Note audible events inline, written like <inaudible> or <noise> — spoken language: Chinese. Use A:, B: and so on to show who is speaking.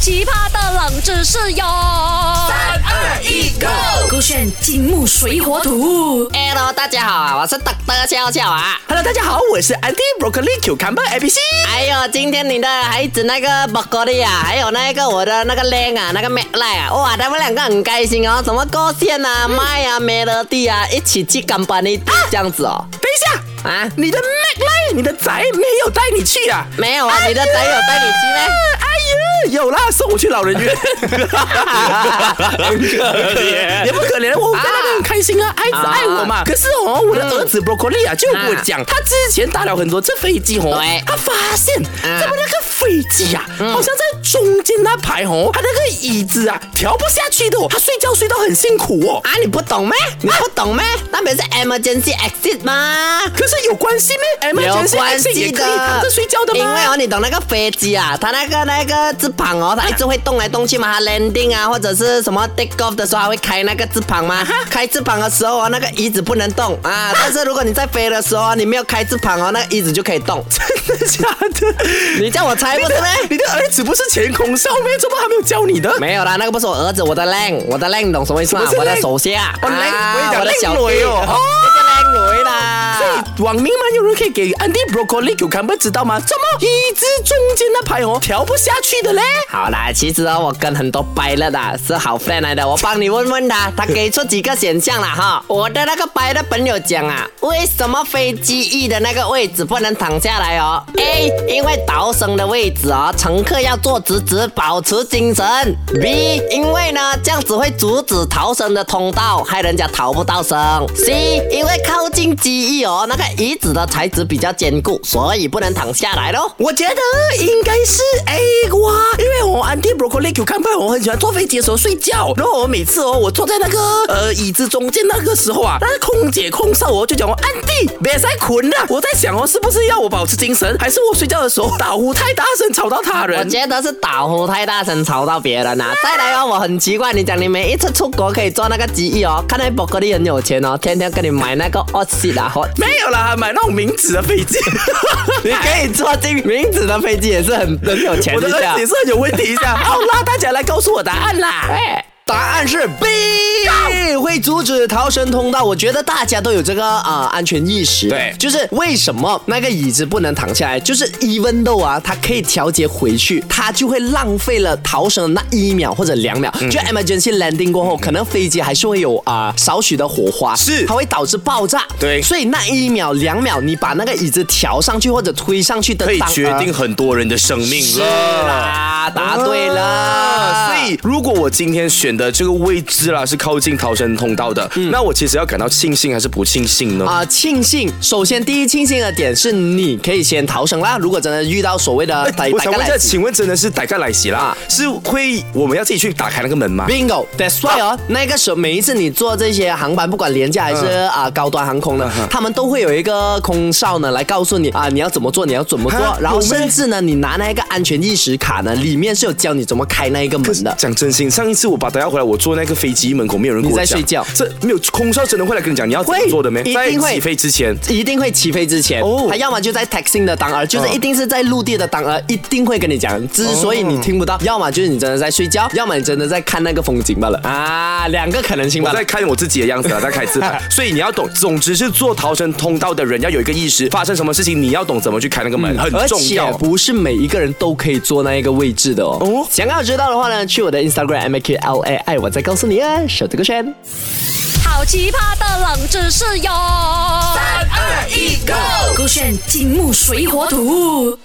A: 奇葩的冷知识哟！三
B: 二一，Go！
A: 勾选金木水火土。
B: Hello，大家好啊，我是德德笑笑啊。
C: Hello，大家好，我是 Andy Broccoli Cucumber ABC。
B: 还有哎今天你的孩子那个 broccoli 啊，还有那个我的那个 Lang 啊，那个 Mac l 啊，哇，他们两个很开心哦，什么勾线啊、麦啊、melody 啊，一起去干班的这样子哦。
C: 等一下，
B: 啊，
C: 你的 Mac 嘞，你的宅没有带你去啊？
B: 没有啊，你的仔有带你去吗？
C: 哎呀，有啦，送我去老人
B: <laughs>
C: 院。
D: 可怜
C: 也不可怜，我在那边很开心啊，孩子爱我嘛。可是哦，我的儿
B: 嗯
C: 子 Broccoli 啊，就跟我讲，他之前搭了很多次飞机哦
B: 对，
C: 他发现
B: 啊嗯
C: 怎么那个飞机啊，好像在中间那排哦，他那个椅子啊调不下去的哦，他睡觉睡到很辛苦哦。
B: <laughs> 啊，你不懂咩？你不懂咩？那边是 emergency exit 吗？
C: 可是有关系咩？哎，
B: 有关
C: 也
B: 系
C: 可以躺
B: 的
C: 着睡觉的吗？
B: 因为哦，你懂那个飞机啊，它那个那个翅膀哦，它一直会动来动去嘛，它 landing 啊或者是什么 take off 的时候，它会开那个翅膀嘛。开翅膀的时候哦，那个椅子不能动啊，但是如果你在飞的时候，你没有开翅膀哦，那个椅子就可以动。
C: 真的假的？
B: 你叫我猜不
C: 你
B: 是
C: 的
B: 咩？
C: 你的儿子不是前空少咩？怎么还没有教你的？
B: <laughs> 没有啦，那个不是我儿子，我的 lang，我的 lang 你懂什么意思吗
C: 什么？是
B: 我的
C: lang？
B: 手下，啊
C: 哦，lang，我也讲
B: 我的小
C: lang 女
B: 弟，
C: 哦哦
B: 这个 lang 女啦。
C: 所以网民们有人可以给 Andy Broccoli cucumber 知道吗？怎么一只中间那排哦调不下去的嘞？
B: 好啦，其实哦，我跟很多白的啊是好 friend 来的，我帮你问问他，他给出几个选项了哈。我的那个白的朋友讲啊，为什么飞机翼的那个位置不能躺下来哦？A，因为逃生的位置哦，乘客要坐直直，保持精神。B，因为呢这样子会阻止逃生的通道，害人家逃不到生。C，因为靠近机翼哦，那个椅子的材质比较坚固，所以不能躺下来喽。
C: 我觉得应该是 A 哇，因为我 Andy Broccoli cucumber 我很喜欢坐飞机的时候睡觉，然后我每次哦我坐在那个呃椅子中间那个时候啊，那个空姐空少哦就讲我 Andy 别再困了，我在想哦是不是要我保持精神，还是我睡觉的时候打呼太大声吵到他
B: 我
C: 人？
B: 觉得是打呼太大声吵到别人啦、 <laughs> 再来哦，我很奇怪，你讲你每一次出国可以坐那个机翼哦，看来伯克利很有钱哦，天天给你买那个 o s 啊，或
C: 没有啦，买那种名纸的飞机。
B: 你可 <laughs> 以坐进名字的飞机也是很很有钱
C: <laughs> 我的
B: 这
C: 儿
B: 样
C: 子也是很有问题一下。好啦，大家来告诉我答案啦。
B: 哎
D: 答案是
B: B 会阻止逃生通道，我觉得大家都有这个啊、呃安全意识。
D: 对
B: 就是为什么那个椅子不能躺下来，就是 even though 啊，它可以调节回去，它就会浪费了逃生的那一秒或者两秒。
D: 嗯
B: 就 emergency landing 过后，可能飞机还是会有啊、呃少许的火花，
D: 是
B: 它会导致爆炸。
D: 对
B: 所以那一秒两秒，你把那个椅子调上去或者推上去的
D: 可
B: 当，
D: 以决
B: 呃
D: 定很多人的生命
B: 是
D: 了。
B: 啦，答对了。
D: 啊所以，如果我今天选的这个位置啦是靠近逃生通道的，那我其实要感到庆幸还是不庆幸呢？
B: 嗯啊、庆幸！首先，第一庆幸的点是你可以先逃生啦。如果真的遇到所谓的打
D: 哎我想问一下，
B: 来袭
D: 请问真的是打开来袭啦
B: 啊？
D: 是会我们要自己去打开那个门吗？
B: ，bingo，that's why 哦，
D: 啊
B: 那个时候每一次你坐这些航班，不管廉价还是
D: 嗯
B: 啊、高端航空呢，他们都会有一个空少呢来告诉你啊、你要怎么做，你要怎么做
D: 啊，
B: 然后
D: 有咩
B: 甚至呢，你拿那一个安全意识卡呢，里面是有教你怎么开那一个门的。
D: 讲真心，上一次我把他要回来，我坐那个飞机门口，没有人跟我
B: 你
D: 讲
B: 在睡觉
D: 这没有空少真的会来跟你讲你要怎么
B: 会
D: 做的没？
B: 一定
D: 在
B: 会
D: 起飞之前，
B: 一定会起飞之前，
D: 哦
B: 他要么就在 taxing 的当儿，就是
D: 嗯
B: 一定是在陆地的当儿，一定会跟你讲。之所以你听
D: 哦
B: 不到，要么就是你真的在睡觉，要么你真的在看那个风景罢了啊，两个可能性
D: 我
B: 罢了
D: 在。看我自己的样子了，在开
B: <laughs>
D: 自拍，所以你要懂。总之是做逃生通道的人要有一个意识，发生什么事情你要懂怎么去开那个门，很
B: 嗯而
D: 重
B: 且
D: 要。
B: 不是每一个人都可以坐那一个位置的哦。
D: 哦
B: 想要知道的话呢，去我的 Instagram M A Q L A 爱我再告诉你啊，手这个圈。
A: 好奇葩的冷知识哟！三二一，Go！勾选金木水火土。